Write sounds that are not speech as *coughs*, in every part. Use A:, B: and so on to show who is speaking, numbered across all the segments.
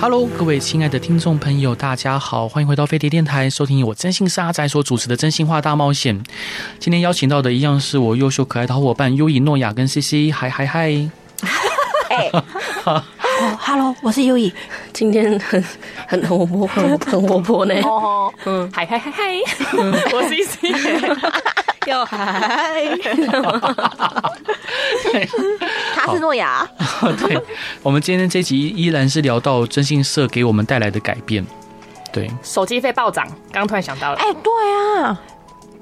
A: Hello，各位亲爱的听众朋友，大家好，欢迎回到飞碟电台，收听由我真心是阿仔所主持的《真心话大冒险》。今天邀请到的一样是我优秀可爱的好伙伴优以诺亚跟 CC，嗨嗨 *laughs* 嗨！
B: 哎、
C: 哦，Hello，我是 *laughs* 优以。
B: 今天很很活泼，很很活泼呢。
D: 哦，嗯，嗨嗨嗨嗨，我是
B: *laughs*
D: C C，
B: 要嗨，
C: 他是诺亚，
A: *laughs* 对，我们今天这集依然是聊到征信社给我们带来的改变。对，
D: 手机费暴涨，刚突然想到了，
C: 哎、对啊，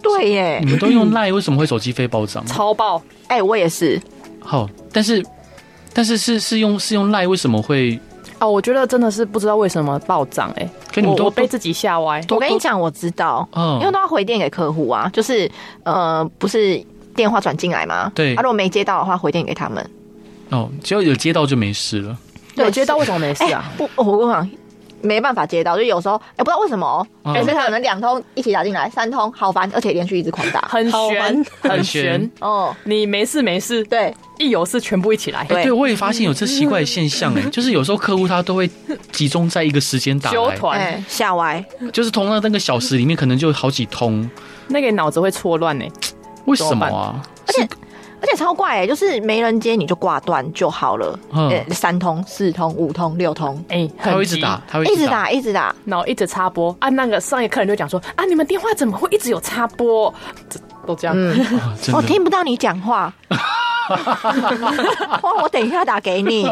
C: 对耶
A: 你，们都用 Line，为什么会手机费暴涨？
D: 超爆，
C: 哎、我也是，
A: 好，但是但是是是用是用 Line，为什么会
D: 哦，我觉得真的是不知道为什么暴涨哎、
A: 跟你们
D: 我
A: 都
D: 我被自己吓歪。
C: 我跟你讲，我知道，
A: 嗯
C: 因为都要回电给客户啊，就是呃，不是电话转进来吗？
A: 对
C: 啊，如果没接到的话，回电给他们。
A: 哦，只要有接到就没事了。
D: 有接到为什么没事
C: 哎、
D: 啊？
C: 不，我我跟你讲，没办法接到，就有时候，哎、不知道为什么哦，
A: 嗯
C: 哎、是可能两通一起打进来，三通，好烦，而且连续一直狂
A: *laughs*
C: 打。
D: 很
B: 好
D: 悬
B: 玩，
D: 很
A: 很悬
D: 悬。
C: 哦，
D: 你没事没事，
C: 对，
D: 一有事全部一起来。
C: 对
A: 对，我也发现有这奇怪的现象
D: *laughs*
A: 哎、就是有时候客户他都会集中在一个时间打
D: 纠
A: 来，
D: 团、
C: 哎、吓歪，
A: 就是同样那个小时里面可能就有好几通，
D: 那个脑子会错乱欸呢、
A: 为什么啊？
C: 而且超怪、哎，就是没人接你就挂断就好了。
A: 嗯
C: 哎三通、四通、五通、六通，
D: 哎、很
A: 他会一直
D: 急
A: 打，，他会
C: 一直打，，一直打。
D: 然后一直插播啊。那个上一个客人就讲说啊，你们电话怎么会一直有插播？这都这样， *laughs*
C: 嗯，
D: 哦
A: 啊真
C: 我
A: 的。
C: 听不到你讲话。
A: *laughs*
C: 哇，我等一下打给你，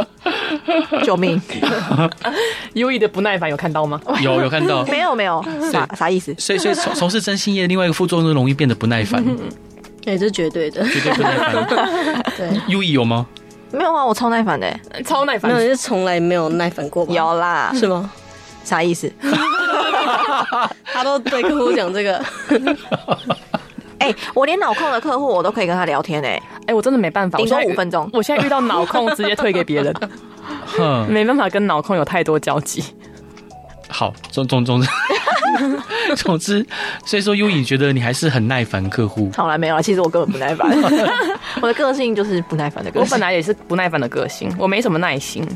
C: 救命！
A: *laughs*
D: 优 E 异的不耐烦有看到吗？
A: 有有看到，
C: 没有没有，啥啥意思？
A: 所以所以从从事真心业另外一个副作用就是容易变得不耐
D: *laughs*
A: 烦，
B: 哎、这绝对的。
A: 绝对不耐烦。
B: 对，
A: 优异有吗？
C: 没有啊，我超耐烦的。
D: 超耐
B: 没
D: 烦，
B: 有，就从来没有耐烦过吧？
C: 有嗯啦，
B: 是吗？
C: 啥意思？
B: 他都对客户讲这
C: *laughs*
B: 个，
C: 哎，我连脑控的客户我都可以跟他聊天哎，
D: 哎、我真的没办法，
C: 顶
D: 我
C: 多
D: 现在遇
C: 5分钟
D: 我现在遇到脑控，直接推给别人，
A: *laughs* 哼，
D: 没办法跟脑控有太多交集。
A: 好，总总
D: *laughs*
A: 总之，总之，所以说优颖觉得你还是很耐烦客户，
C: 从来没有啊。其实我根本不
A: *laughs*
C: 耐烦，我的个性就是不耐烦的个
D: 我
C: 性。
D: 本来也是不耐烦的个性，我没什么耐心，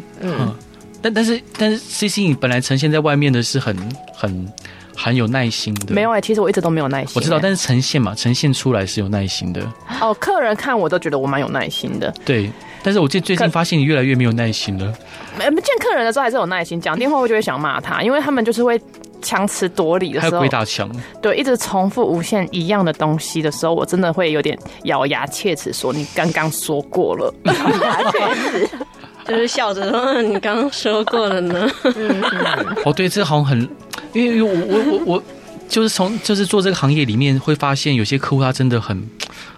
A: 但但是但是 C C 你本来呈现在外面的是很很很有耐心的，
D: 没有哎、其实我一直都没有耐心、
A: 我知道，
D: 哎
A: 但是呈现嘛，呈现出来是有耐心的，
D: 哦，客人看我都觉得我蛮有耐心的，
A: 对。但是我最最近
D: 可
A: 发现你越来越没有耐心了，
D: 没呃没见客人的时候还是有耐心，讲电话我就会想骂他，因为他们就是会强词夺理的
A: 还
D: 时
A: 有
D: 候
A: 鬼，打墙，
D: 对，一直重复无限一样的东西的时候，我真的会有点咬牙切齿说你刚刚说
C: *laughs*
D: 过了，
B: 就是笑着说：“嗯你刚刚说过了
C: *laughs*
B: 呢。
A: *laughs* 哦，对，这好像很，因为因为我我我我就是从就是做这个行业里面会发现，有些客户他真的很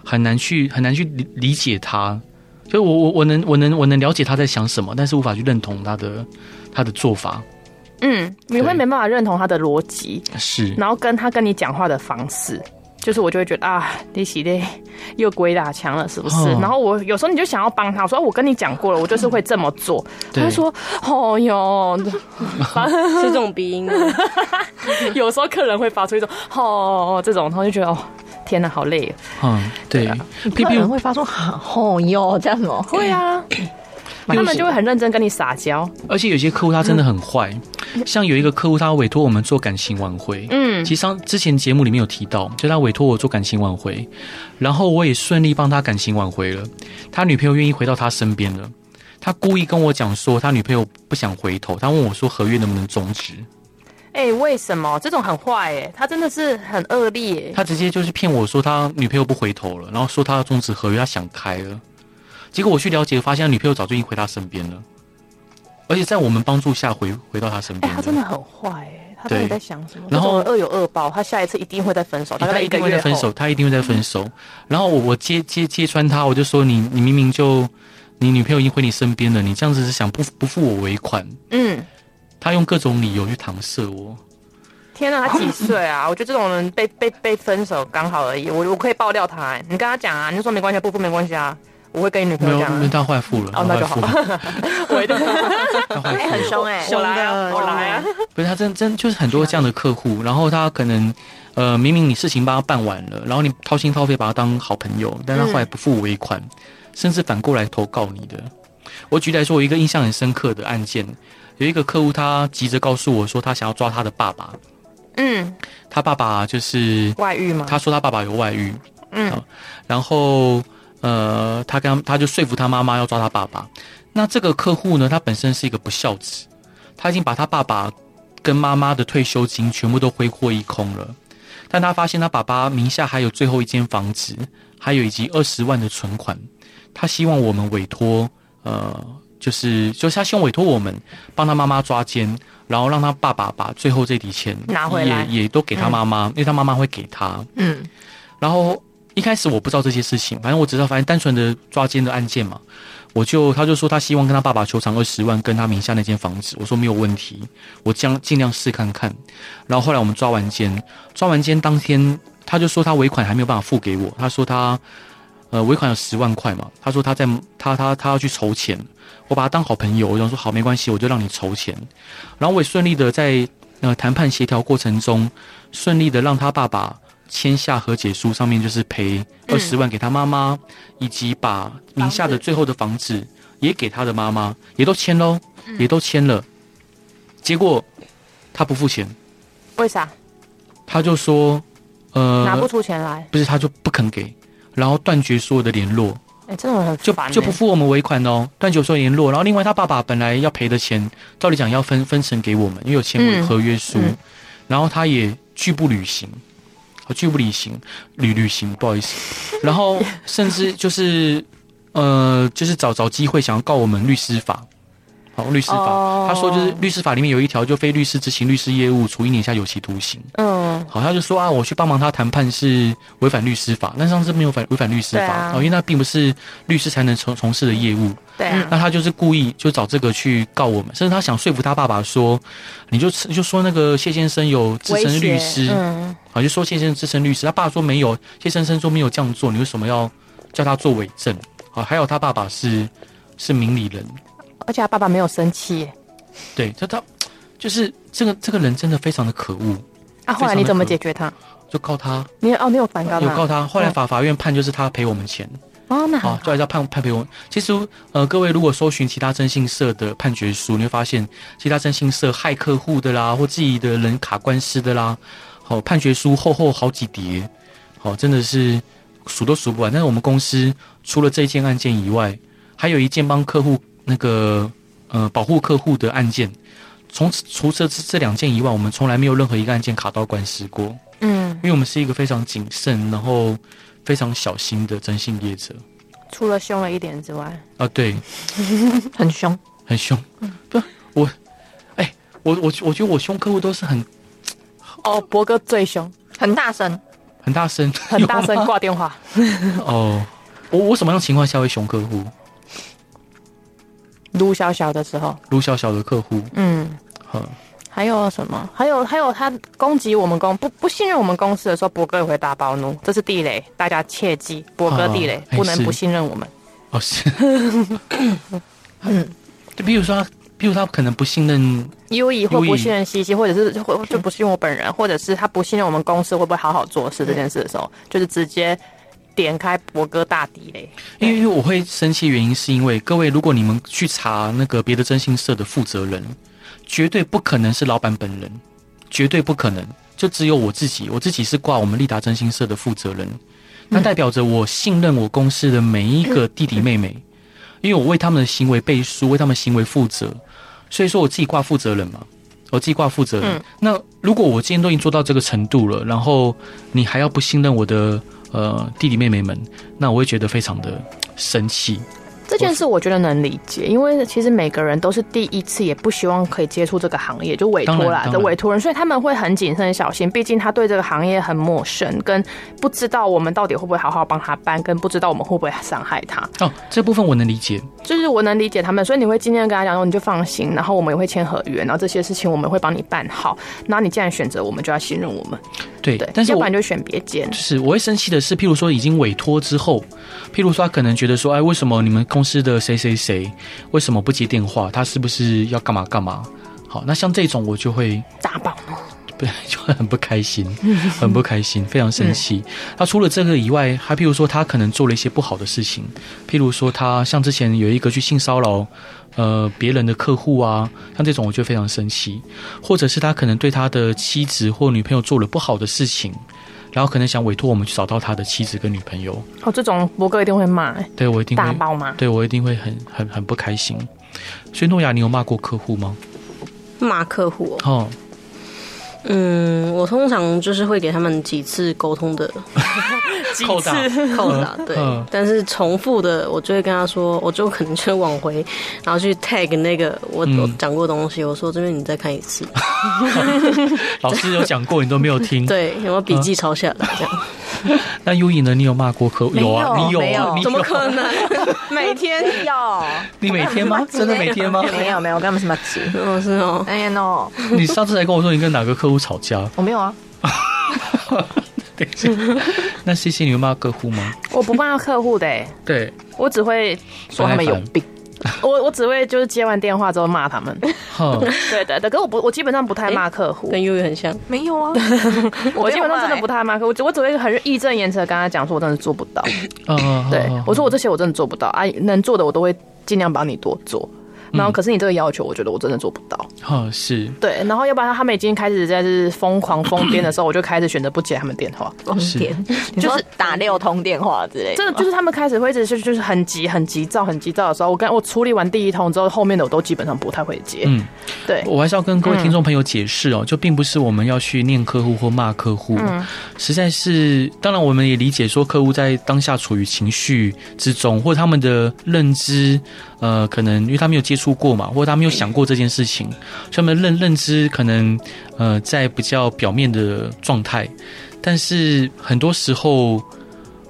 A: 很难去很难去理理解他，就我我我能我能我能了解他在想什么，但是无法去认同他的他的做法
D: 嗯，你会
A: 对
D: 没办法认同他的逻辑，
A: 是。
D: 然后跟他跟你讲话的方式，就是我就会觉得啊，你系列又鬼打墙了，是不是？
A: 哦
D: 然后我有时候你就想要帮他，我说啊我跟你讲过了，我就是会这么做。他就说哦哟，
B: 是这种鼻音吗？
D: 有时候客人会发出一种哦这种，然后就觉得哦天哪，好累。
A: 嗯，对，譬
C: 客人
A: 譬
C: 会发出喊吼哟这样哦，
D: 会啊， *coughs* 他们就会很认真跟你撒娇。
A: 而且有些客户他真的很坏，像有一个客户他委托我们做感情挽回，
D: 嗯
A: 其实上之前节目里面有提到，就他委托我做感情挽回，然后我也顺利帮他感情挽回了，他女朋友愿意回到他身边了。他故意跟我讲说，他女朋友不想回头，他问我说合约能不能终止，
D: 哎、为什么这种很坏、哎，他真的是很恶劣、
A: 他直接就是骗我说他女朋友不回头了，然后说他要终止合约，他想开了。结果我去了解，发现他女朋友早就已经回他身边了，而且在我们帮助下回回到他身
D: 哎、
A: 边了。
D: 他真的很坏、哎，他到底
A: 对
D: 在想什么？
A: 然后
D: 这种恶有恶报，他下一次一定会再分手，啊大概
A: 他
D: 在
A: 一
D: 一个
A: 定会
D: 月
A: 再分
D: 后
A: 手，他一定会再分手。然后我我揭揭揭穿他，我就说你你明明就你女朋友已经回你身边了，你这样子是想不不付我尾款？
D: 嗯，
A: 他用各种理由去搪塞我，
D: 天啊，他几岁啊？我觉得这种人被被被分手刚好而已。我我可以爆料他、哎你跟他讲啊，你就说没关系啊，不付没关系啊，我会跟你女朋
A: 没
D: 友
A: 有，
D: 讲、
A: 没
D: 啊。
A: 到后来付了，
D: 哦，那就好
A: 到后来付了，。
D: 我一定，
A: 到后来付
C: 哎，
A: 了
C: 很凶哎，
D: 我来啊，我来啊。
A: 不是他真真就是很多这样的客户，然后他可能呃明明你事情帮他办完了，然后你掏心掏肺把他当好朋友，但他后来不付尾款，甚至反过来投告你的。我举例来说，我一个印象很深刻的案件，有一个客户他急着告诉我说他想要抓他的爸爸，
D: 嗯，
A: 他爸爸就是
D: 外遇吗？
A: 他说他爸爸有外遇，
D: 嗯
A: 好，然后呃，他跟他他就说服他妈妈要抓他爸爸。那这个客户呢，他本身是一个不孝子，他已经把他爸爸跟妈妈的退休金全部都挥霍一空了。但他发现他爸爸名下还有最后一间房子，还有以及二十万的存款，他希望我们委托，呃，就是就是他希望委托我们帮他妈妈抓奸，然后让他爸爸把最后这笔钱
D: 拿回来嗯
A: 也也都给他妈妈，因为他妈妈会给他。
C: 嗯，
A: 然后一开始我不知道这些事情，反正我只知道，反正单纯的抓奸的案件嘛，我就他就说他希望跟他爸爸求偿二十万，跟他名下那间房子。我说没有问题，我将尽量试看看。然后后来我们抓完奸，抓完奸当天他就说他尾款还没有办法付给我，他说他。呃，尾款有十万块嘛？他说他在他他他要去筹钱，我把他当好朋友，我想说好没关系，我就让你筹钱。然后我也顺利的在呃谈判协调过程中，顺利的让他爸爸签下和解书，上面就是赔二十万给他妈妈，以及把名下的最后的房子也给他的妈妈，也都签喽，也都签了。结果他不付钱，
D: 为啥
A: 他就说，呃，
D: 拿不出钱来？
A: 不是，他就不肯给，然后断绝所有的联络，
D: 哎，这种人很
A: 就
D: 烦欸
A: 就不付我们尾款哦，断绝所有联络。然后另外他爸爸本来要赔的钱，照理讲要分分成给我们，因为有签
D: 嗯
A: 合约书，
D: 嗯
A: 然后他也拒不履行，哦，拒不履行，履履行，不好意思。然后甚至就是呃，就是找找机会想要告我们律师法。好，律师法，
D: 哦
A: 他说就是律师法里面有一条，就非律师执行律师业务，处一年以下有期徒刑。
D: 嗯，
A: 好，他就说啊，我去帮忙他谈判是违反律师法，但上次没有反违反律师法
D: 对啊
A: 哦，因为那并不是律师才能从从事的业务。
D: 对啊，
A: 那他就是故意就找这个去告我们，甚至他想说服他爸爸说，你就你就说那个谢先生有资深律师，
D: 嗯，
A: 啊，就说谢先生资深律师，他爸说没有，谢先生说没有这样做，你为什么要叫他做伪证？啊，还有他爸爸是是明理人，
D: 而且他爸爸没有生气欸。
A: 对，就他就是这个这个人真的非常的可恶，
D: 啊，后来你怎么解决他？
A: 就告他，
D: 你哦，你有反告
A: 有
D: 吗？
A: 告他，后来法法院判就是他赔我们钱。
D: 哦，那很
A: 好，就来叫判判赔我。其实，呃，各位如果搜寻其他征信社的判决书，你会发现其他征信社害客户的啦，或自己的人卡官司的啦，好、判决书厚厚好几叠，好、真的是数都数不完。但是我们公司除了这一件案件以外，还有一件帮客户那个呃保护客户的案件。从此除这这两件以外，我们从来没有任何一个案件卡到官司过，
D: 嗯
A: 因，为我们是一个非常谨慎，然后非常小心的征信业者。
D: 除了凶了一点之外，
A: 啊，对，
C: 很凶，
A: 很凶。
D: 嗯
A: 不，我，哎、我我我觉得我凶客户都是很
D: 哦，博哥最凶，
C: 很大声，
A: 很大声，
D: 很大声挂电话。
A: 哦。我我什么样的情况下会凶客户？
D: 卢小小的时候，
A: 卢小小的客户，
D: 嗯，
A: 哈，
D: 还有什么？还有还有，他攻击我们公不不信任我们公司的时候，博哥也会大暴怒，这是地雷，大家切记，博哥地雷，
A: 哦哎
D: 不能
A: 是
D: 不信任我们。
A: 哦是， *coughs* 就比如说他，比如他可能不信任，
D: 优异或
A: 优
D: E 不
A: 异
D: 信任西西，或者是或就不信任我本人，或者是他不信任我们公司会不会好好做事这件事的时候，就是直接点开博哥大地雷。
A: 因为因为我会生气，原因是因为各位，如果你们去查那个别的征信社的负责人，绝对不可能是老板本人，绝对不可能，就只有我自己，我自己是挂我们利达征信社的负责人，那代表着我信任我公司的每一个弟弟妹妹，因为我为他们的行为背书，为他们行为负责，所以说我自己挂负责人嘛，我自己挂负责人。
D: 嗯
A: 那如果我今天都已经做到这个程度了，然后你还要不信任我的呃弟弟妹妹们，那我会觉得非常的生气。
D: 这件事我觉得能理解，因为其实每个人都是第一次，也不希望可以接触这个行业，就委托
A: 当然
D: 啦
A: 当然
D: 的委托人，所以他们会很谨慎小心，毕竟他对这个行业很陌生，跟不知道我们到底会不会好好帮他办，跟不知道我们会不会伤害他，
A: 哦，这部分我能理解，
D: 就是我能理解他们，所以你会今天跟他讲说你就放心，然后我们也会签合约，然后这些事情我们会帮你办好，然后你既然选择我们，就要信任我们，
A: 对，
D: 对，
A: 但是
D: 要
A: 我
D: 不然就选别间
A: 就。是我会生气的是，譬如说已经委托之后，譬如说他可能觉得说，哎，为什么你们公司的谁谁谁为什么不接电话？他是不是要干嘛干嘛？好，那像这种我就会
D: 大爆怒，
A: 不 *laughs* 就很不开心，很不开心，非常生气。那除了这个以外，还譬如说他可能做了一些不好的事情，譬如说他像之前有一个去性骚扰，呃，别人的客户啊，像这种我就非常生气。或者是他可能对他的妻子或女朋友做了不好的事情，然后可能想委托我们去找到他的妻子跟女朋友，
D: 哦，这种博哥一定会骂、欸
A: 对我一定
D: 大
A: 会，
D: 爆骂。
A: 对我一定会很很很不开心。所以诺亚，你有骂过客户吗？
B: 骂客户、哦。
A: 哦，
B: 嗯，我通常就是会给他们几次沟通的
A: 扣打，
B: 扣打，对
A: 嗯。
B: 但是重复的，我就会跟他说，我就可能就往回，然后去 tag 那个我
A: 嗯
B: 我讲过的东西，我说这边你再看一次，
A: 老师有讲过，你都没有听。
B: 对，有没有笔记抄下来？这样
A: 那优颖呢？你有骂过客户？
C: 没有
A: 啊，你有
C: 没
A: 啊，
C: 有
A: 你
B: *laughs* 怎么
A: 有
B: 可能？
D: 每天
C: 要
A: 你每天吗？真的每天吗？
C: 没有没有，我跟他们什么急？
B: 哦，是哦，
C: 哎呀 no，
A: *laughs* 你上次才跟我说你跟哪个客户吵架？ *laughs*
C: 我没有啊，
A: 等一下， *laughs* 那 C C 你有骂客户吗？
D: 我不骂客户的、欸，
A: 对，
D: 我只会
C: 说他们有病。
D: *laughs* 我我只会就是接完电话之后骂他 *laughs* 们。
A: 哼，
D: 对对对，可是我不我基本上不太骂客户，
B: 跟悠悠很像。
C: 没有 *laughs* 啊，
D: 我基本上真的不
C: 太
D: 太骂客户，我只我只会很义正言辞的跟他讲说，我真的做不到。
A: 呃，
D: 对
A: 哼，
D: 我说我这些我真的做不到啊，能做的我都会尽量帮你多做。然后可是你这个要求，我觉得我真的做不到。
A: 哼是
D: 对，然后要不然他们已经开始在是疯狂疯癫的时候，我就开始选择不接他们电话。
C: 疯
A: 是，
C: 就是打六通电话之类的吗，
D: 真的就是他们开始会一直就是就是很急很急躁很急躁的时候，我跟我处理完第一通之后，后面的我都基本上不太会接。
A: 嗯，
D: 对，
A: 我还是要跟各位听众朋友解释哦，就并不是我们要去念客户或骂客户，实在是，当然我们也理解说客户在当下处于情绪之中，或者他们的认知，呃，可能因为他没有接触过嘛，或者他没有想过这件事情，所以他们认认知可能呃在比较表面的状态，但是很多时候，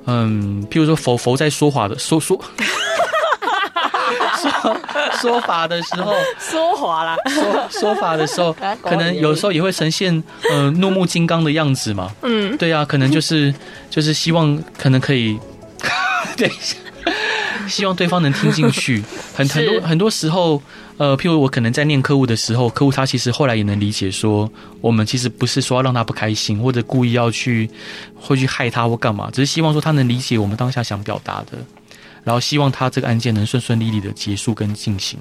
A: 嗯，譬如说佛佛在说法的说说。 *laughs* 说说法的时候，
D: 说谎啦，
A: 说说法的时候
C: 来，搞
A: 可能有时候也会呈现呃怒目金刚的样子嘛。嗯，对啊，可能就是就是希望可能可以， *laughs* 对，希望对方能听进去。很很多
D: 是
A: 很多时候，呃，譬如我可能在念客户的时候，客户他其实后来也能理解说，我们其实不是说要让他不开心，或者故意要去会去害他或干嘛，只是希望说他能理解我们当下想表达的。然后希望他这个案件能顺顺利利的结束跟进行。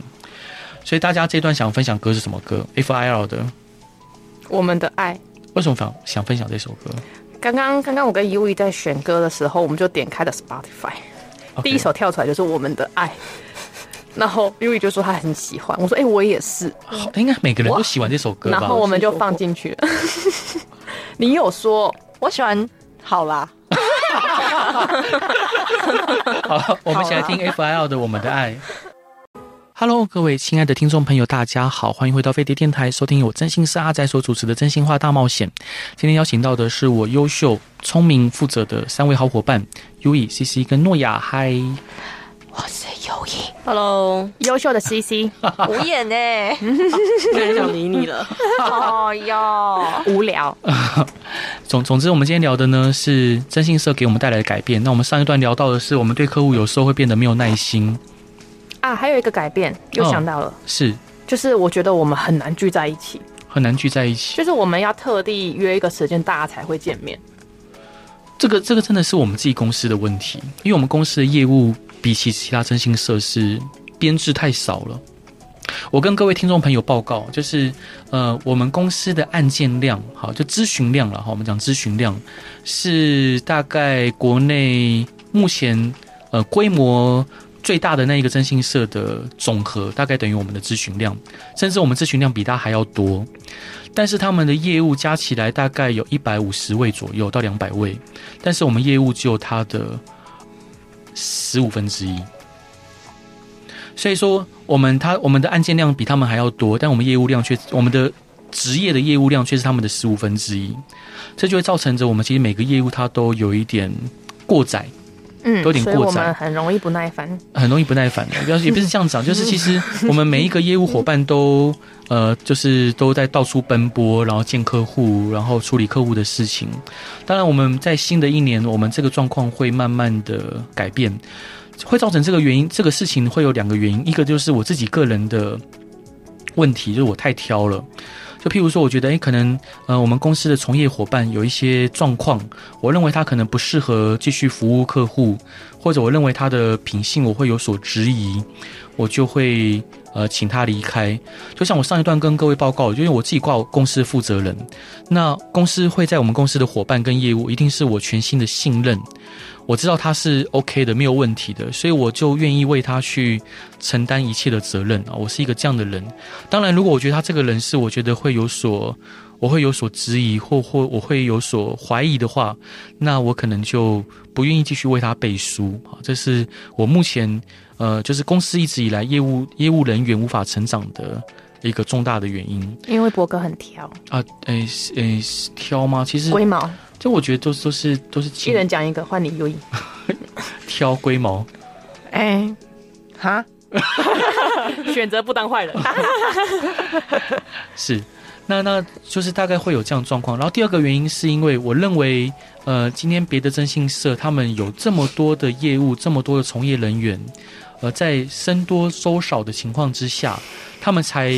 A: 所以大家这段想分享歌是什么歌？F I L 的，
D: 我们的爱。
A: 为什么想想分享这首歌
D: 刚刚刚刚我跟 U E 在选歌的时候，我们就点开了 Spotify，
A: ？OK
D: 第一首跳出来就是《我们的爱》，然后 U E 就说他很喜欢，我说哎、我也是，
A: 好，哦应该每个人都喜欢这首歌
D: 然
A: 吧
D: 后？我们就放进去了。你有说
C: 我喜欢 *laughs* 好啦，
A: 好，我们现在
D: 啊
A: 听 F I L 的《我们的爱》。Hello，各位亲爱的听众朋友，大家好，欢迎回到飞碟电台，收听由真心是阿仔所主持的《真心话大冒险》。今天邀请到的是我优秀、聪明、负责的三位好伙伴 U E、C C 跟诺亚。嗨，
C: 我是
A: 哦
C: 优颖，
B: Hello，
D: 优秀的 C C
C: 无欸眼 *laughs* 呢，
B: 不太想理你了。
C: 哦哟，
D: 无聊，
A: 总总之，我们今天聊的呢是征信社给我们带来的改变。那我们上一段聊到的是，我们对客户有时候会变得没有耐心，
D: 啊，还有一个改变，
A: 嗯
D: 又想到了，
A: 是
D: 就是我觉得我们很难聚在一起，
A: 很难聚在一起。
D: 就是我们要特地约一个时间，大家才会见面。
A: 这个这个真的是我们自己公司的问题，因为我们公司的业务比起其他征信社是编制太少了。我跟各位听众朋友报告，就是呃，我们公司的案件量，好，就咨询量了哈，我们讲咨询量是大概国内目前呃规模最大的那一个征信社的总和，大概等于我们的咨询量，甚至我们咨询量比他还要多。但是他们的业务加起来大概有一百五十位左右到两百位，但是我们业务只有它的十五分之一，所以说我们他我们的案件量比他们还要多，但我们业务量却我们的职业的业务量却是他们的十五分之一，这就会造成着我们其实每个业务它都有一点过载，
D: 嗯，
A: 有点
D: 所以
A: 过
D: 我
A: 载
D: 们很容易不耐烦。
A: 很容易不耐烦的。不要也不是这样讲，就是其实我们每一个业务伙伴都呃，就是都在到处奔波，然后见客户，然后处理客户的事情。当然，我们在新的一年，我们这个状况会慢慢的改变，会造成这个原因，这个事情会有两个原因，一个就是我自己个人的问题，就是我太挑了。就譬如说，我觉得，诶，可能，呃，我们公司的从业伙伴有一些状况，我认为他可能不适合继续服务客户，或者我认为他的品性我会有所质疑，我就会呃请他离开。就像我上一段跟各位报告，因为我自己挂公司负责人，那公司会在我们公司的伙伴跟业务，一定是我全新的信任，我知道他是 OK 的，没有问题的，所以我就愿意为他去承担一切的责任啊。我是一个这样的人。当然，如果我觉得他这个人是我觉得会有所。我会有所质疑，或或我会有所怀疑的话，那我可能就不愿意继续为他背书啊，这是我目前呃，就是公司一直以来业务业务人员无法成长的一个重大的原因
D: 因为博哥很挑，
A: 啊。诶是诶，是挑吗？其实
D: 龟毛，
A: 就我觉得都是都是都是
D: 一
A: 轻
D: 人讲一个，换你优异。
A: 挑龟毛，
D: 哎，哈，选择不当坏人。
A: 是，那那就是大概会有这样的状况。然后第二个原因是因为我认为，呃，今天别的征信社他们有这么多的业务，这么多的从业人员，呃，在僧多粥少的情况之下，他们才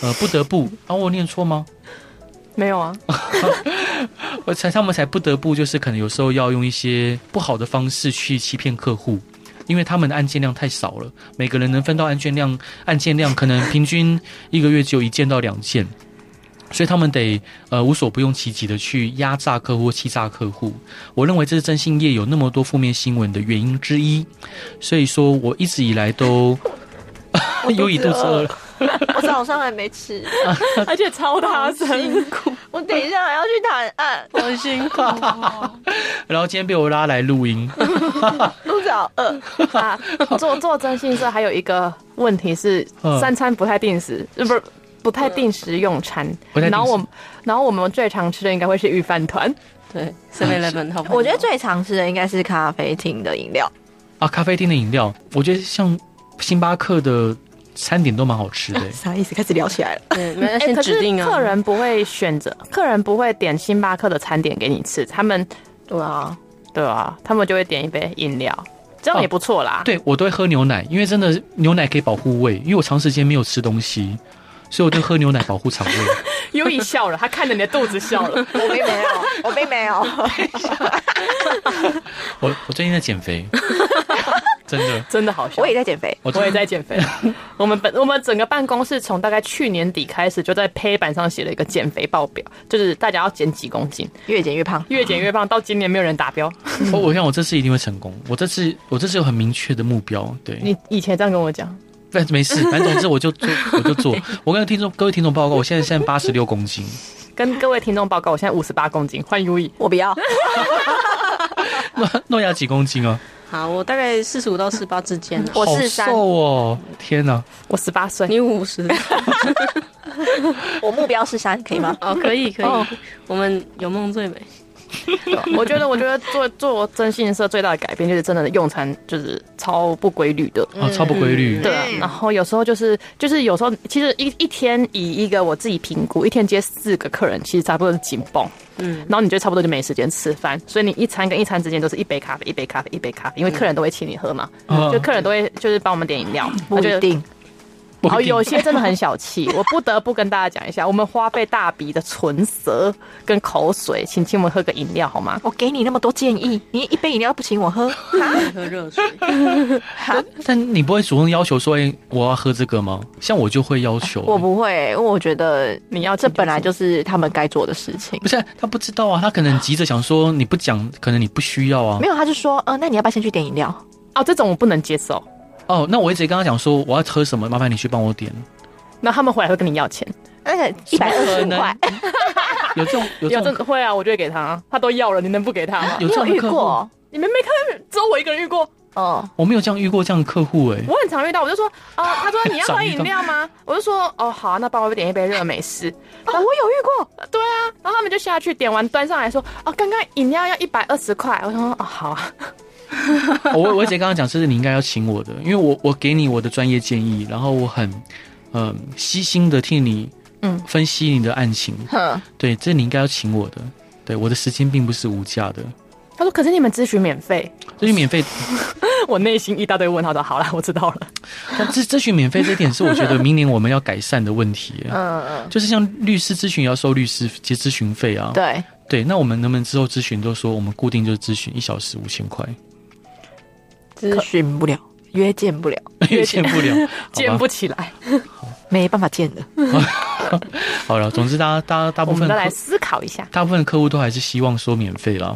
A: 呃不得不，啊，我念错吗？
D: 没
A: *laughs*
D: 有啊，
A: 我才他们才不得不就是可能有时候要用一些不好的方式去欺骗客户，因为他们的案件量太少了，每个人能分到案件量案件量可能平均一个月只有一件到两件，所以他们得呃无所不用其极的去压榨客户、欺诈客户。我认为这是征信业有那么多负面新闻的原因之一，所以说我一直以来都 *laughs* 有以肚子饿了，
C: 我早上还没吃，
D: 而且超大声。
B: *laughs*
C: 我等一下还要去啊谈案，
B: 好辛苦，
A: 然后今天被我拉来录音，
C: 肚子好饿。
D: 啊，
A: *laughs*
D: 做做征信社还有一个问题是
A: 嗯
D: 三餐不太定时，呃不是不太定时用餐。
A: 不太定时
D: 然后我们，然后我们最常吃的应该会是御饭团。
B: 对，Seven Eleven 好朋友，
C: 嗯我觉得最常吃的应该是咖啡厅的饮料，
A: 啊，咖啡厅的饮料，我觉得像星巴克的餐点都蛮好吃的、欸
C: 啥意思？开始聊起来了。
B: 对，没有
D: 哎
B: 先
D: 可是
B: 指定啊，
D: 客人不会选择，客人不会点星巴克的餐点给你吃，他们
C: 对啊，
D: 对啊，他们就会点一杯饮料，这样
A: 哦
D: 也不错啦。
A: 对我都会喝牛奶，因为真的牛奶可以保护胃，因为我长时间没有吃东西，所以我对喝牛奶保护肠胃。
D: 优一笑了，他看着你的肚子笑
A: *laughs*
D: 了。
C: 我并没有，我并没 *laughs* 有。
A: 我我最近在减肥，真的，
D: 真的好笑。
C: 我也在减肥，
A: 我
D: 我
A: 最
D: 也
A: 近
D: 在减肥。我们本我们整个办公室从大概去年底开始，就在黑板上写了一个减肥报表，就是大家要减几公斤，
C: 越减越胖。
D: 越减越胖，到今年没有人达标。
A: *laughs*
D: *laughs*
A: 我我想我这次一定会成功，我这次我这次有很明确的目标，对，
D: 你以前这样跟我讲，
A: 但没事，反正总之我就做我就做。我跟听众各位听众报告，我现在现在八十六公斤，
D: 跟各位听众报告，我现在五十八公斤，换 U E。
C: 我不要，
A: 诺诺亚几公斤啊？
B: 好，我大概四十五到四八之间啊，
C: 我
A: 好
C: 是三
A: 瘦，哦，天哪！
D: 我十八岁，
B: 你五十
C: 我目标是三，可以吗？
B: 哦，可以可
D: 哦
B: 以，我们有梦最美，
D: 我觉得我觉得做做征信社最大的改变就是真的用餐就是超不规律的。
A: 啊，超不规律。
D: 对啊，然后有时候就是就是有时候，其实一一天以一个我自己评估，一天接四个客人，其实差不多是紧绷。
B: 嗯，
D: 然后你就差不多就没时间吃饭，所以你一餐跟一餐之间都是一杯咖啡，一杯咖啡，一杯咖啡，因为客人都会请你喝嘛，
A: 嗯
D: 就客人都会就是帮我们点饮料，
C: 不一。定。
A: 不
D: 然后
A: 一定
D: 有些真的很小气，我不得不跟大家讲一下，我们花费大笔的唇舌跟口水，请请我们喝个饮料好吗？
C: 我给你那么多建议，你一杯饮料不请我喝，
B: 喝热水，
A: 但你不会主动要求说，哎、我要喝这个吗？像我就会要求、
C: 啊我不会，因为我觉得
D: 你要
C: 这本来就是他们该做的事情
A: 不。是他不知道啊，他可能急着想说你不讲，可能你不需要啊
C: 没。有，他就说，呃，那你要不要先去点饮料？
D: 哦，这种我不能接受。
A: 哦，那我一直跟他讲说我要喝什么，麻烦你去帮我点。
D: 那他们回来会跟你要钱，
C: 那个一百二十五块，
A: 有这种有
D: 有
A: 这
D: 真
A: 种
D: 的会啊，我就会给他，他都要了，你能不给他吗？
A: 有
C: 你
A: 这
C: 有
A: 种
C: 遇
A: 客户
C: 过？
D: 你们没看，只有我一个人遇过，
C: 嗯，
A: 我没有这样遇过这样的客户哎、
D: 我很常遇到，我就说， *laughs* 哦、他说你要喝饮料吗？ *laughs* 我就说，哦，好啊、那帮我点一杯热美 *laughs* 式。
C: 哦，我有遇过，
D: 对啊，然后他们就下去点完端上来说，哦，刚刚饮料要一百二十块。我想说，哦，好啊， *laughs*
A: 我我姐刚刚讲，是你应该要请我的，因为我我给你我的专业建议，然后我很嗯、呃悉心的替你
D: 嗯
A: 分析你的案情，
C: 哼，
A: 对，这你应该要请我的，对，我的时间并不是无价的，
D: 他说，可是你们咨询免费。
A: 这是免费，
D: *laughs* 我内心一大堆问号的，好啦，我知道 *laughs* 了。
A: 但这咨询免费这一点是我觉得明年我们要改善的问题耶，
C: 嗯嗯，
A: 就是像律师咨询也要收律师接咨询费啊，
C: 对，
A: 对，那我们能不能之后咨询都说我们固定就是咨询一小时五千块，
C: 咨询不了，约见不了，
A: 因 *laughs* 为见不了，
D: 建
A: 好吧
D: 不起来，
C: 没办法见的。
A: 好了，总之大家大家大
D: 我
A: 部
D: 们
A: 分
D: 再来
A: 客
D: 思考一下。
A: 大部分的客户都还是希望说免费啦，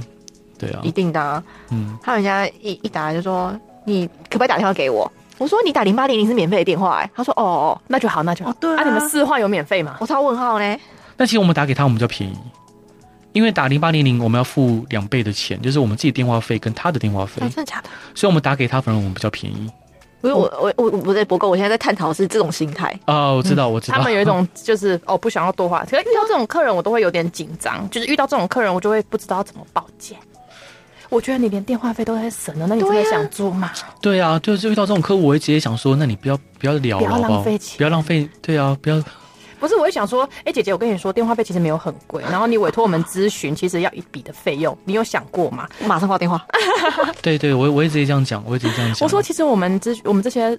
A: 对啊
C: 一，定的、啊。
A: 嗯，
C: 他人家一一打来就说：“你可不可以打电话给我？”我说：“你打零八零零是免费的电话、欸。”他说：“哦哦，
D: 那就好，那就好。
C: 哦对啊
D: 你们四话有免费吗？
C: 我超问号呢。
A: 但其实我们打给他我们比较便宜，因为打零八零零我们要付两倍的钱，就是我们自己电话费跟他的电话费
C: 啊，，真的假的？
A: 所以我们打给他反而我们比较便宜。
C: 不是我我我我在博购，我现在在探讨是这种心态。
A: 啊，我知道，我知道，
D: 他们有一
C: *laughs*
D: 种就是哦，不想要多话。可是遇到这种客人，我都会有点紧张。就是遇到这种客人，我就会不知道怎么报价。我觉得你连电话费都在省了，那你真的
C: 对啊
D: 想做吗？
A: 对啊，就是遇到这种客户，我会直接想说，那你不要不要聊
D: 不
A: 了，好
D: 要
A: 不好
D: 浪费钱？
A: 不要浪费，对啊，不要，
D: 不是，我会想说，哎、姐姐，我跟你说，电话费其实没有很
C: *laughs*
D: 贵，然后你委托我们咨询，其实要一笔的费用，你有想过吗？
C: 我马上挂电话。
A: 对对，我我会直接这样讲，我会直接这样讲。
D: 我说，其实我们咨我们这些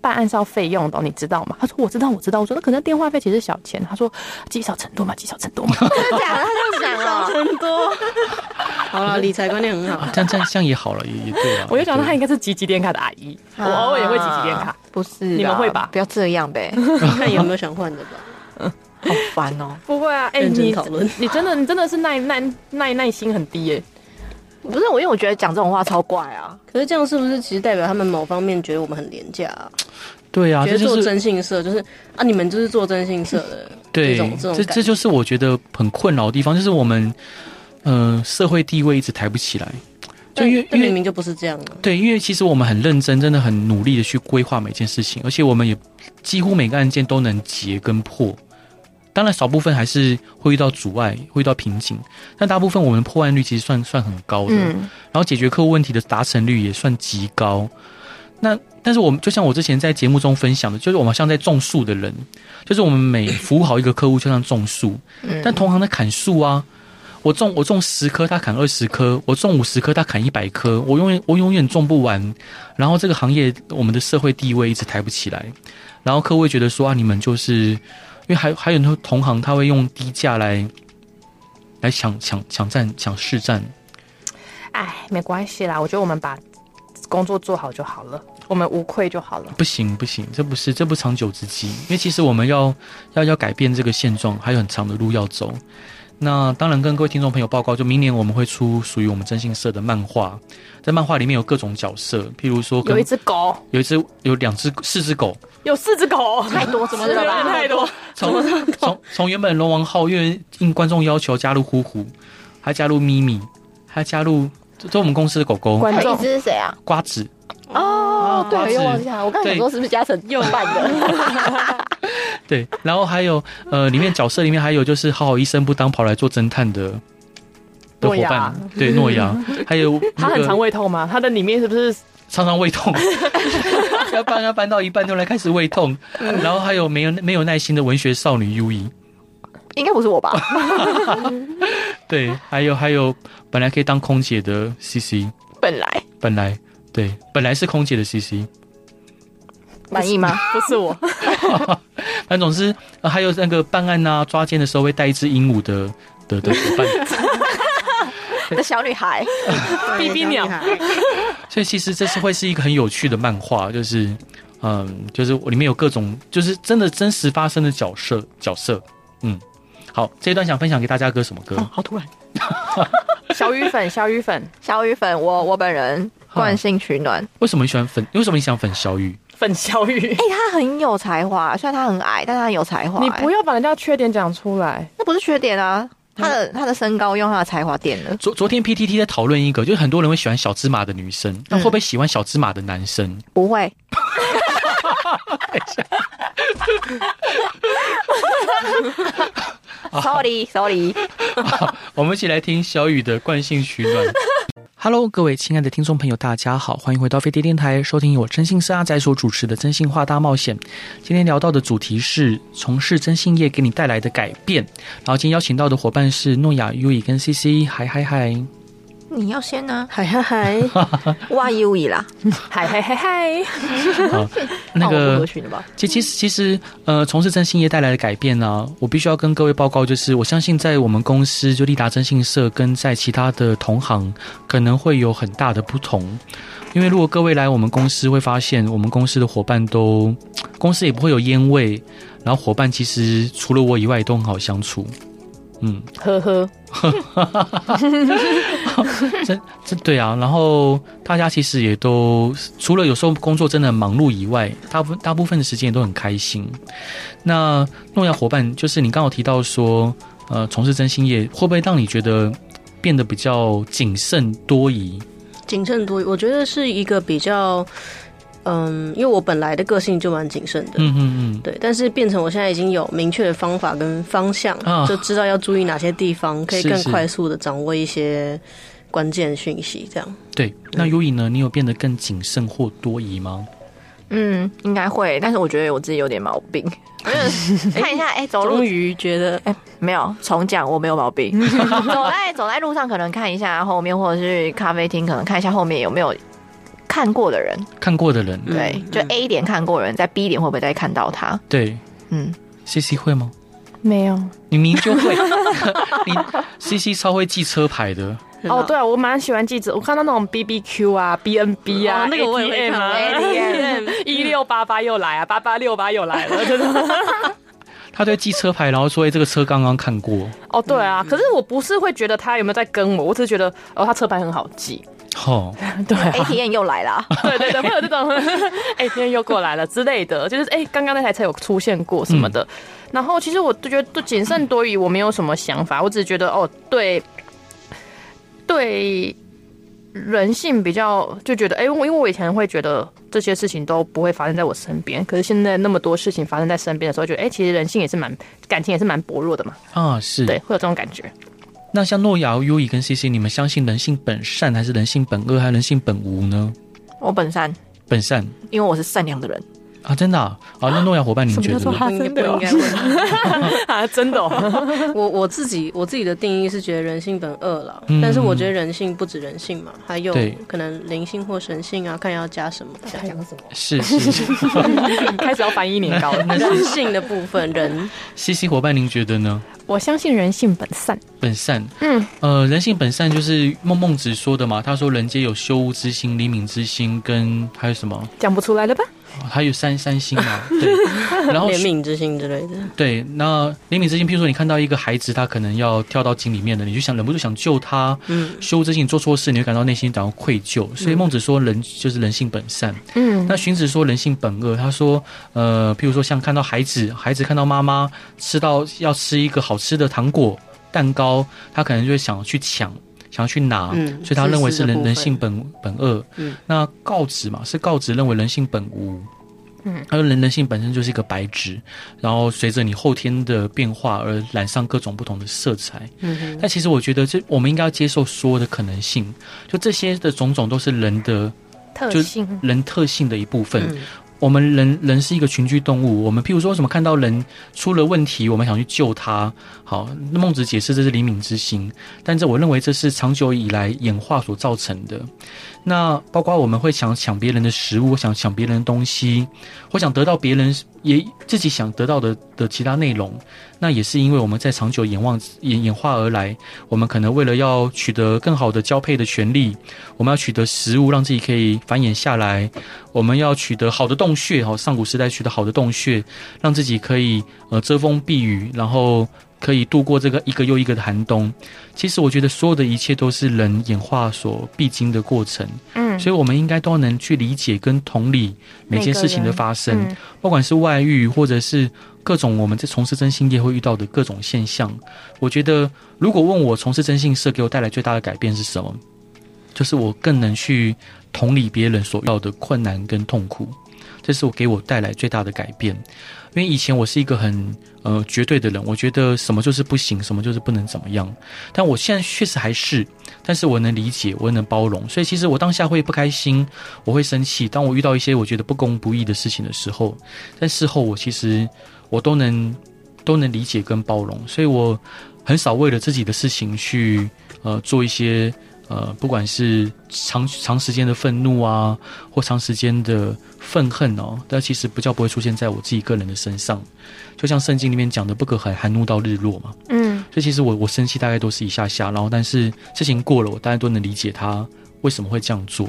D: 办案是要费用的哦、你知道吗？他说我知道，我知道。我说那可能电话费其实小钱。他说积少成多嘛，积少成
C: *laughs*
D: 多嘛。
C: 真的假的？他这样 *laughs* 讲哦。
B: 很多。啊 *laughs* 好了，理财观念很好
A: *laughs* 啊，。这样这样这样也好了，也也对啊。
D: 我就想到他
A: 也
D: 应
A: 对
D: 该是集集点卡的阿姨，我偶尔也会集集点卡
C: 啊。，不是啊？
D: 你们会吧
C: 不要这样呗，
B: 看有没有想换的吧。
C: 好烦哦。
D: 不会啊，哎、
B: 认真
D: 你
B: 讨论
D: 你真的你真的是耐耐耐耐心很低耶、
C: 不是我，因为我觉得讲这种话超怪啊。
B: 可是这样是不是其实代表他们某方面觉得我们很廉价、啊？
A: 对啊，
B: 觉
A: 这
B: 得
A: 就
B: 做
A: 是
B: 征信社就是啊，你们就是做征信社
A: *laughs*
B: 的，
A: 对
B: 这种，这种
A: 这
B: 感觉
A: 这就是我觉得很困扰的地方，就是我们呃社会地位一直抬不起来，就
B: 但
A: 因为
B: 但
A: 因为
B: 明明就不是这样啊。
A: 对，因为其实我们很认真，真的很努力的去规划每件事情，而且我们也几乎每个案件都能结跟破。当然，少部分还是会遇到阻碍，会遇到瓶颈，但大部分我们破案率其实算算很高的，
C: 嗯，
A: 然后解决客户问题的达成率也算极高。那但是我们就像我之前在节目中分享的，就是我们好像在种树的人，就是我们每服务好一个客户就像种树，但同行的砍树啊，我种我种十棵，他砍二十棵；我种五十棵，他砍一百棵。我永远我永远种不完。然后这个行业我们的社会地位一直抬不起来，然后客户会觉得说啊，你们就是因为还还有很多同行他会用低价来来抢抢抢占抢市占，
D: 哎，没关系啦，我觉得我们把工作做好就好了，我们无愧就好了。
A: 不行不行，这不是这不长久之计，因为其实我们要要要改变这个现状，还有很长的路要走。那当然，跟各位听众朋友报告，就明年我们会出属于我们真心社的漫画，在漫画里面有各种角色，譬如说跟
D: 有一只狗，
A: 有一只有两只四只狗，
D: 有四只狗，太多
C: 怎么了吧
D: 太多。
A: 从从从原本龙王号，因为应观众要求加入呼呼，还加入咪咪，还加入这这我们公司的狗狗
D: *laughs* 观
C: 还有
D: 众
C: 一只是谁啊？
A: 瓜子，啊
C: 哦，
A: 瓜子
C: 对，又忘记他。我刚才想说是不是嘉诚又办 *laughs* 的？
A: 对，然后还有呃，里面角色里面还有就是好好医生不当跑来做侦探的的伙
D: 诺亚
A: 伴，对诺
D: *laughs*
A: 亚，还有
D: 他
A: 那
D: 很
A: 个
D: 常胃痛吗？他的里面是不是
A: 常常胃痛， *laughs* 要搬要搬到一半突然开始胃痛，
D: 嗯
A: 然后还有没有没有耐心的文学少女 E 优衣，
C: 应该不是我吧？
A: 对，还有还有本来可以当空姐的 C C，
C: *laughs* 本来
A: 本来对本来是空姐的 C C，
C: 满意 *laughs* 吗？
D: 不是我？
A: 但总之、呃还有那个办案啊抓奸的时候会带一只鹦鹉的的的伙伴。
C: 的小女孩，
D: *laughs* 逼逼鸟
A: 所以其实这是会是一个很有趣的漫画，就是，嗯，就是里面有各种，就是真的真实发生的角色角色，嗯，好，这一段想分享给大家歌什么
D: *laughs* 哦
A: 歌？
C: 好突然。
D: 小雨粉，小雨粉，
C: 小雨粉，我我本人惯性取 *laughs* 暖。
A: 为什么你喜欢粉？为什么你想粉小雨？
D: 粉小雨
C: 哎、。他很有才华，虽然他很矮，但他很有才华、
D: 你
C: 哎
D: 不要把人家缺点讲出来，
C: 那不是缺点啊，他 *laughs* 的他的身高用他的才华点了，
A: 昨昨天 PTT 在讨论一个，就是很多人会喜欢小芝麻的女生，那会不会喜欢小芝麻的男生？
C: 不 *laughs* 会，sorry sorry，
A: 我们一起来听小雨的惯性取暖。Hello，各位亲爱的听众朋友，大家好，欢迎回到飞碟电台，收听由我真心是阿仔所主持的《真心话大冒险》。今天聊到的主题是从事真心业给你带来的改变，然后今天邀请到的伙伴是诺亚、优以跟 CC，嗨嗨嗨！
C: *laughs* 你要先啊呢、
B: 嗨嗨
C: *laughs*
B: 嗨，
C: 哇优以啦，
D: 嗨嗨嗨嗨，
A: 好，那
C: 换哦我
A: 个
C: 合群的吧，
A: 其其实其实呃，从事真心业带来的改变呢、我必须要跟各位报告，就是我相信在我们公司就利达征信社跟在其他的同行可能会有很大的不同，因为如果各位来我们公司，会发现我们公司的伙伴都公司也不会有烟味，然后伙伴其实除了我以外都很好相处，嗯。*laughs*
D: 呵呵，
A: 这对啊，然后大家其实也都除了有时候工作真的很忙碌以外，大部大部分的时间也都很开心。那诺亚伙伴，就是你刚好提到说，呃，从事真心业会不会让你觉得变得比较谨慎多疑？
B: 谨慎多疑，我觉得是一个比较，嗯，因为我本来的个性就蛮谨慎的。
A: 嗯嗯
B: 对，但是变成我现在已经有明确的方法跟方向，
A: 啊
B: 就知道要注意哪些地方，可以
A: 是
B: 更
A: 是
B: 快速的掌握一些关键讯息。这样，
A: 嗯，对。那优颖呢？你有变得更谨慎或多疑吗？
C: 嗯，应该会，但是我觉得我自己有点毛病， *laughs* 看一下，哎、走路
B: 终于觉得
C: 没有重讲，我没有毛病。 *laughs* 走在走在路上，可能看一下后面，或者是咖啡厅，可能看一下后面有没有看过的人。
A: 看过的人，
B: 嗯
C: 对，就 A 点看过的人，在 B 点会不会再看到他？
A: 对
C: 嗯，
A: ，C C 会吗？
D: 没有。
A: 你明明就会，你 C C 超会记车牌的。
D: 哦，对啊，我蛮喜欢记者，我看到那种 B B Q 啊、B N B 啊、
B: 哦那个我也会
D: ATM 啊
B: 看 ATM
D: 一六八八又来啊，八八六八又来了，真的。
A: 他对记车牌，然后说：“哎、这个车刚刚看过。
D: 哦，对
B: 嗯
D: 啊，可是我不是会觉得他有没有在跟我，我只是觉得哦，他车牌很好记。
A: 吼，
B: 哎
D: 对啊
C: *laughs* A 体验又来了，
D: 对对对，会有这种 *laughs* 哎，今天又过来了之类的，就是哎，刚刚那台车有出现过什么
A: 嗯
D: 的。然后其实我就觉得对谨慎多疑，我没有什么想法，我只是觉得哦，对对人性比较就觉得哎，我因为我以前会觉得这些事情都不会发生在我身边，可是现在那么多事情发生在身边的时候，觉得哎，其实人性也是蛮感情也是蛮薄弱的嘛，
A: 啊，是
D: 对，会有这种感觉。
A: 那像诺亚、优以跟 C C，你们相信人性本善还是人性本恶，还是人性本无呢？
C: 我本善，
A: 本善
C: 因为我是善良的人。
A: 啊，真的啊，啊那诺亚伙伴，你觉得呢？
B: 不应
A: 哦
B: 不应该
A: *laughs*
B: 问。
D: *laughs* 啊，真的、哦，
B: 我我自己我自己的定义是觉得人性本恶了，
A: 嗯
B: 但是我觉得人性不止人性嘛，还有
A: 对
B: 可能灵性或神性啊，看要加什么。这样
D: 什么？
A: 是是是
D: *laughs*
A: *laughs*
D: 开始要翻译年糕了。
B: 人性的部
A: *laughs*
B: 分，人
A: ，C C 伙伴，您觉得呢？
D: 我相信人性本善。
A: 本善，
D: 嗯，
A: 呃，人性本善就是孟孟子说的嘛，他说人皆有羞恶之心、怜悯之心，跟还有什么？
D: 讲不出来了吧？
A: 哦还有三三心嘛，对。然后
B: 怜悯之心之类的，
A: 对，那怜悯之心，譬如说你看到一个孩子，他可能要跳到井里面了，你就想忍不住想救他，
B: 嗯，
A: 羞之心做错事，你会感到内心感到愧疚。所以孟子说人就是人性本善，
D: 嗯，
A: 那荀子说人性本恶，他说，呃，譬如说像看到孩子，孩子看到妈妈吃到要吃一个好吃的糖果、蛋糕，他可能就会想要去抢，想要去拿，
B: 嗯
A: 所以他认为
B: 自
A: 是
B: 私的
A: 人
B: 部分
A: 人性本本恶。
B: 嗯
A: 那告子嘛，是告子认为人性本无。
D: 嗯，
A: 而人人性本身就是一个白纸，然后随着你后天的变化而染上各种不同的色彩。
B: 嗯哼，
A: 但其实我觉得这我们应该要接受所有的可能性，就这些的种种都是人的
D: 特
A: 就
D: 性
A: 人特性的一部分。
B: 嗯
A: 我们人人是一个群居动物，我们譬如说什么看到人出了问题，我们想去救他。好，那孟子解释这是怜悯之心，但这我认为这是长久以来演化所造成的。那包括我们会想抢别人的食物，想抢别人的东西，或想得到别人也自己想得到的的其他内容，那也是因为我们在长久演望演演化而来。我们可能为了要取得更好的交配的权利，我们要取得食物，让自己可以繁衍下来。我们要取得好的洞穴，哈，上古时代取得好的洞穴，让自己可以呃遮风避雨，然后可以度过这个一个又一个的寒冬。其实我觉得所有的一切都是人演化所必经的过程，
D: 嗯，
A: 所以我们应该都能去理解跟同理每件事情的发生，
D: 每个人嗯
A: 不管是外遇或者是各种我们在从事征信业会遇到的各种现象。我觉得，如果问我从事征信社给我带来最大的改变是什么，就是我更能去同理别人所遇到的困难跟痛苦，这是我给我带来最大的改变。因为以前我是一个很呃绝对的人，我觉得什么就是不行，什么就是不能怎么样。但我现在确实还是，但是我能理解，我能包容。所以其实我当下会不开心，我会生气。当我遇到一些我觉得不公不义的事情的时候，但事后我其实我都能都能理解跟包容。所以我很少为了自己的事情去呃做一些。呃，不管是长长时间的愤怒啊，或长时间的愤恨哦，但其实不叫不会出现在我自己个人的身上。就像圣经里面讲的，不可含含怒到日落嘛。
D: 嗯，
A: 所以其实我我生气大概都是一下下，然后但是事情过了，我大概都能理解他为什么会这样做，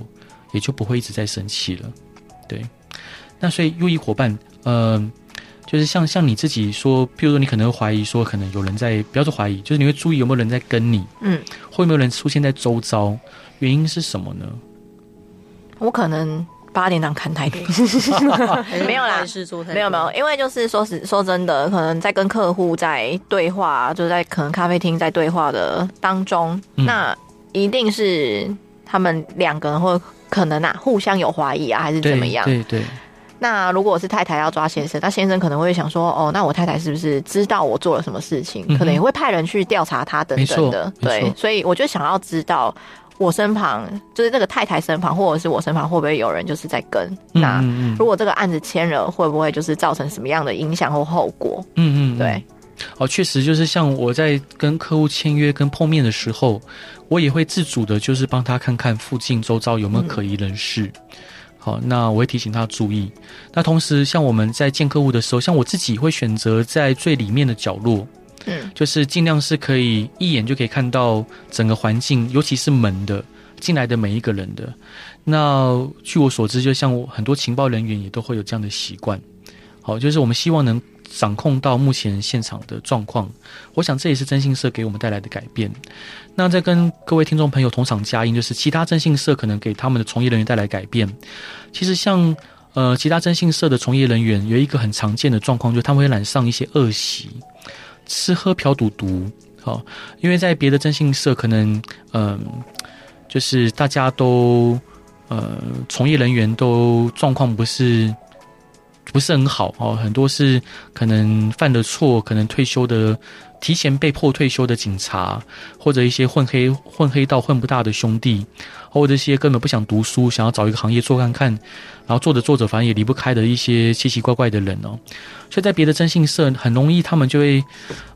A: 也就不会一直在生气了。对，那所以右翼伙伴，呃，就是像像你自己说，譬如说你可能会怀疑说，可能有人在，不要说怀疑，就是你会注意有没有人在跟你，
C: 嗯，
A: 会有没有人出现在周遭，原因是什么呢？
C: 我可能八点档看太多， *laughs* 没有啦
B: 还是做太多
C: 没有没有，，因为就是说实说真的，可能在跟客户在对话，就在可能咖啡厅在对话的当中，
A: 嗯
C: 那一定是他们两个人或可能啊互相有怀疑啊，还是
A: 对
C: 怎么样？
A: 对对，
C: 那如果是太太要抓先生，那先生可能会想说，哦，那我太太是不是知道我做了什么事情？
A: 嗯哼
C: 可能也会派人去调查他等等的。
A: 没错没
C: 对
A: 错，
C: 所以我就想要知道，我身旁就是那个太太身旁，或者是我身旁，会不会有人就是在跟？那
A: 嗯嗯
C: 如果这个案子签了，会不会就是造成什么样的影响或后果？
A: 嗯嗯，嗯
C: 对，
A: 哦，确实就是像我在跟客户签约跟碰面的时候，我也会自主的，就是帮他看看附近周遭有没有可疑人士。好，那我会提醒他注意。那同时，像我们在见客户的时候，像我自己会选择在最里面的角落，
C: 嗯，
A: 就是尽量是可以一眼就可以看到整个环境，尤其是门的进来的每一个人的。那据我所知，就像我很多情报人员也都会有这样的习惯。好，就是我们希望能掌控到目前现场的状况。我想这也是征信社给我们带来的改变。那再跟各位听众朋友同场加映，就是呃其他征信社可能给他们的从业人员带来改变。其实像呃其他征信社的从业人员有一个很常见的状况，就是他们会染上一些恶习，吃喝嫖赌毒。好、因为在别的征信社可能嗯、就是大家都呃从业人员都状况不是。不是很好哦，很多是可能犯的错，可能退休的提前被迫退休的警察，或者一些混黑混黑道混不大的兄弟，或者一些根本不想读书，想要找一个行业做看看，然后做着做着反正也离不开的一些奇奇怪怪的人哦。所以在别的征信社很容易，他们就会，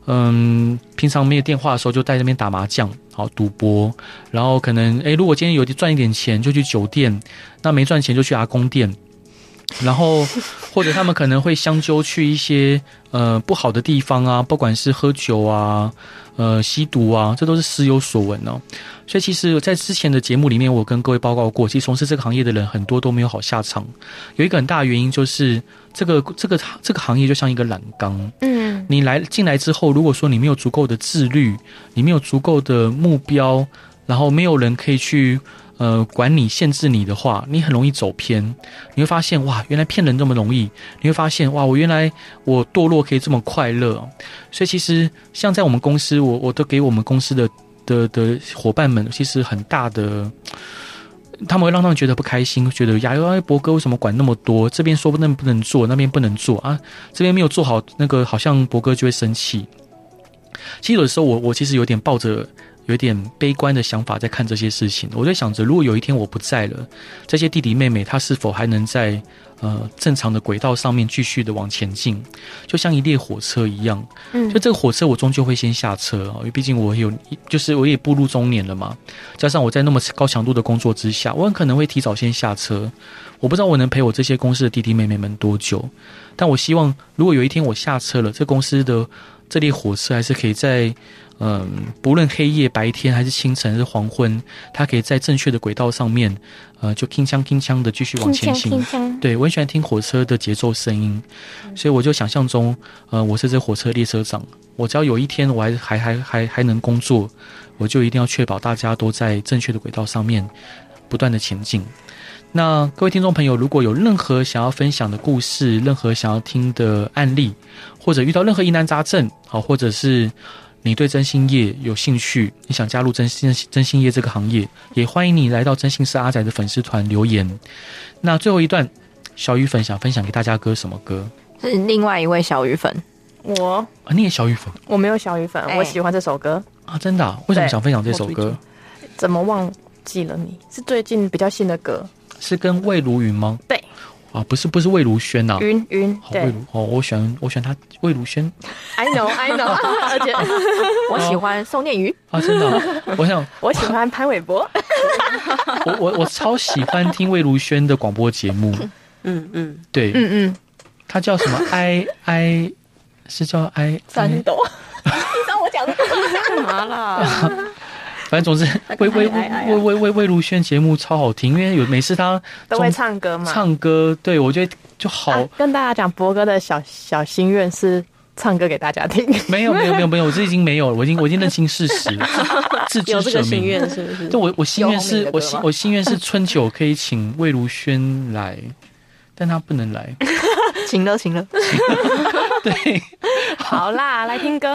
A: 嗯，平常没有电话的时候就在那边打麻将，好赌博，然后可能诶，如果今天有赚一点钱就去酒店，那没赚钱就去阿公店。然后， *laughs* 或者他们可能会相纠去一些呃不好的地方啊，不管是喝酒啊、呃吸毒啊，这都是时有所闻哦。所以其实，在之前的节目里面，我跟各位报告过，其实从事这个行业的人很多都没有好下场。有一个很大的原因就是，这个这个这个行业就像一个染缸，
D: 嗯，
A: 你来进来之后，如果说你没有足够的自律，你没有足够的目标，然后没有人可以去呃管你、限制你的话，你很容易走偏。你会发现哇，原来骗人这么容易。你会发现哇，我原来我堕落可以这么快乐哦。所以其实像在我们公司，我我都给我们公司的的的伙伴们，其实很大的。他们会让他们觉得不开心，觉得呀，哎，博哥为什么管那么多？这边说不能不能做，那边不能做啊，这边没有做好，那个好像博哥就会生气。其实有的时候我，我其实有点抱着有点悲观的想法在看这些事情。我在想着，如果有一天我不在了，这些弟弟妹妹他是否还能在呃正常的轨道上面继续的往前进？就像一列火车一样，
D: 嗯
A: 就这个火车我终究会先下车啊、因为毕竟我有就是我也步入中年了嘛，加上我在那么高强度的工作之下，我很可能会提早先下车。我不知道我能陪我这些公司的弟弟妹妹们多久，但我希望，如果有一天我下车了，这公司的这列火车还是可以在，嗯，不论黑夜、白天，还是清晨、还是黄昏，它可以在正确的轨道上面，呃，就铿锵铿锵的继续往前行。对，我很喜欢听火车的节奏声音，所以我就想象中，呃，我是这火车列车长，我只要有一天我还还还还还能工作，我就一定要确保大家都在正确的轨道上面。不断的前进。那各位听众朋友，如果有任何想要分享的故事，任何想要听的案例，或者遇到任何疑难杂症，好，或者是你对征信业有兴趣，你想加入征信征信业这个行业，也欢迎你来到征信社阿仔的粉丝团留言。那最后一段，小雨粉想分享给大家歌什么歌？
C: 是另外一位小鱼粉，
D: 我
A: 啊，你也小雨粉
D: 我没有小雨粉，
C: 哎
D: 我喜欢这首歌，
A: 啊，真的啊、为什么
D: 对
A: 想分享这首
D: 我最
A: 歌
D: 近？怎么忘记了你？是最近比较新的歌，
A: 是跟魏如云吗？
D: 对，
A: 啊，不是，不是魏如萱呐、
D: 云云
A: 好，魏
D: 对
A: 如哦，我喜欢我喜欢他魏如萱
D: ，I know I
C: *laughs*
D: know，而
C: 哦
D: 且
C: 我喜欢宋念 *laughs* 宇，
A: 啊，真的啊、
D: *laughs*
A: 我想
D: 我喜欢潘玮柏，
A: 我我我超喜欢听魏如萱的广播节目，
B: 嗯嗯，
A: 对，
D: 嗯嗯，
A: 他叫
D: *laughs*
A: 什么？I I 是叫哎 I，
D: 三
A: I-
D: 斗， *laughs* 你知道我讲的
B: 干嘛啦？
A: 反正总之魏魏
D: 哎哎
A: 魏魏魏魏如萱节目超好听，因为有每次他
D: 都会唱歌嘛？
A: 唱歌，对我觉得就好。
D: 啊跟大家讲，博哥的小小心愿是唱歌给大家听。
A: 没有没有没有没有，我这已经没有了，我已经我已经认清事啊实，
D: *laughs*
A: 自知
B: 有这
A: 者
B: 个心
A: 明。
B: 愿是不是？
A: 对我我心愿
C: 有
A: 是我
C: 红米的歌
A: 心
C: 吗
A: 我心愿是春酒可以请魏如萱来，但她不能来。 *laughs*
C: 行了行了。
A: 对。
D: *laughs* 好啦，来听歌。